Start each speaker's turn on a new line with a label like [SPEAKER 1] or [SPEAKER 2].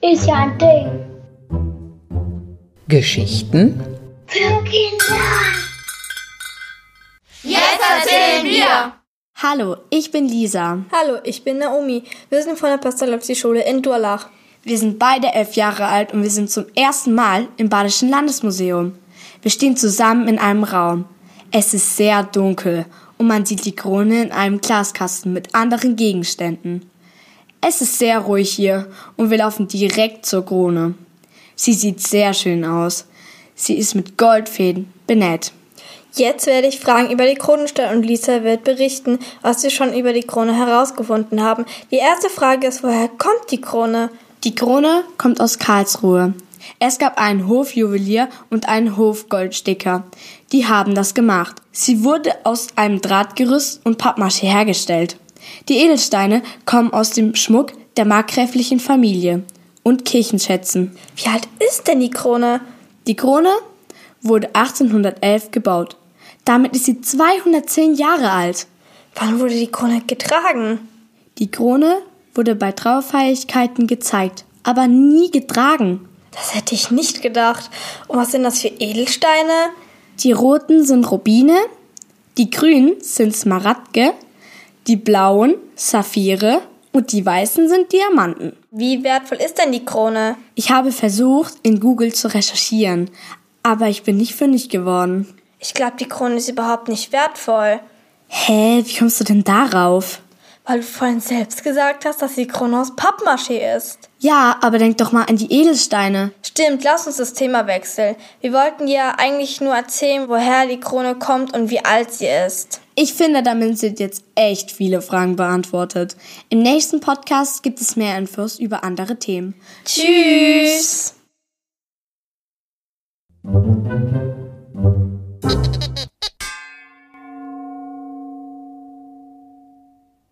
[SPEAKER 1] Ist ja ein Ding.
[SPEAKER 2] Geschichten
[SPEAKER 1] Für Kinder.
[SPEAKER 3] Jetzt erzählen wir!
[SPEAKER 4] Hallo, ich bin Lisa.
[SPEAKER 5] Hallo, ich bin Naomi. Wir sind von der Pastalozzi-Schule in Durlach.
[SPEAKER 4] Wir sind beide elf Jahre alt und wir sind zum ersten Mal im Badischen Landesmuseum. Wir stehen zusammen in einem Raum. Es ist sehr dunkel und man sieht die Krone in einem Glaskasten mit anderen Gegenständen. Es ist sehr ruhig hier und wir laufen direkt zur Krone. Sie sieht sehr schön aus. Sie ist mit Goldfäden benäht.
[SPEAKER 5] Jetzt werde ich Fragen über die Krone stellen und Lisa wird berichten, was wir schon über die Krone herausgefunden haben. Die erste Frage ist, woher kommt die Krone?
[SPEAKER 4] Die Krone kommt aus Karlsruhe. Es gab einen Hofjuwelier und einen Hofgoldsticker. Die haben das gemacht. Sie wurde aus einem Drahtgerüst und Pappmaché hergestellt. Die Edelsteine kommen aus dem Schmuck der markgräflichen Familie und Kirchenschätzen.
[SPEAKER 5] Wie alt ist denn die Krone?
[SPEAKER 4] Die Krone wurde 1811 gebaut. Damit ist sie 210 Jahre alt.
[SPEAKER 5] Wann wurde die Krone getragen?
[SPEAKER 4] Die Krone wurde bei Trauerfeierlichkeiten gezeigt, aber nie getragen.
[SPEAKER 5] Das hätte ich nicht gedacht. Und was sind das für Edelsteine?
[SPEAKER 4] Die roten sind Rubine, die grünen sind Smaragde, die blauen Saphire und die weißen sind Diamanten.
[SPEAKER 5] Wie wertvoll ist denn die Krone?
[SPEAKER 4] Ich habe versucht, in Google zu recherchieren, aber ich bin nicht fündig geworden.
[SPEAKER 5] Ich glaube, die Krone ist überhaupt nicht wertvoll.
[SPEAKER 4] Hä, wie kommst du denn darauf?
[SPEAKER 5] Weil du vorhin selbst gesagt hast, dass die Krone aus Pappmaché ist.
[SPEAKER 4] Ja, aber denk doch mal an die Edelsteine.
[SPEAKER 5] Stimmt, lass uns das Thema wechseln. Wir wollten ja eigentlich nur erzählen, woher die Krone kommt und wie alt sie ist.
[SPEAKER 4] Ich finde, damit sind jetzt echt viele Fragen beantwortet. Im nächsten Podcast gibt es mehr Infos über andere Themen.
[SPEAKER 5] Tschüss!
[SPEAKER 1] Thank you.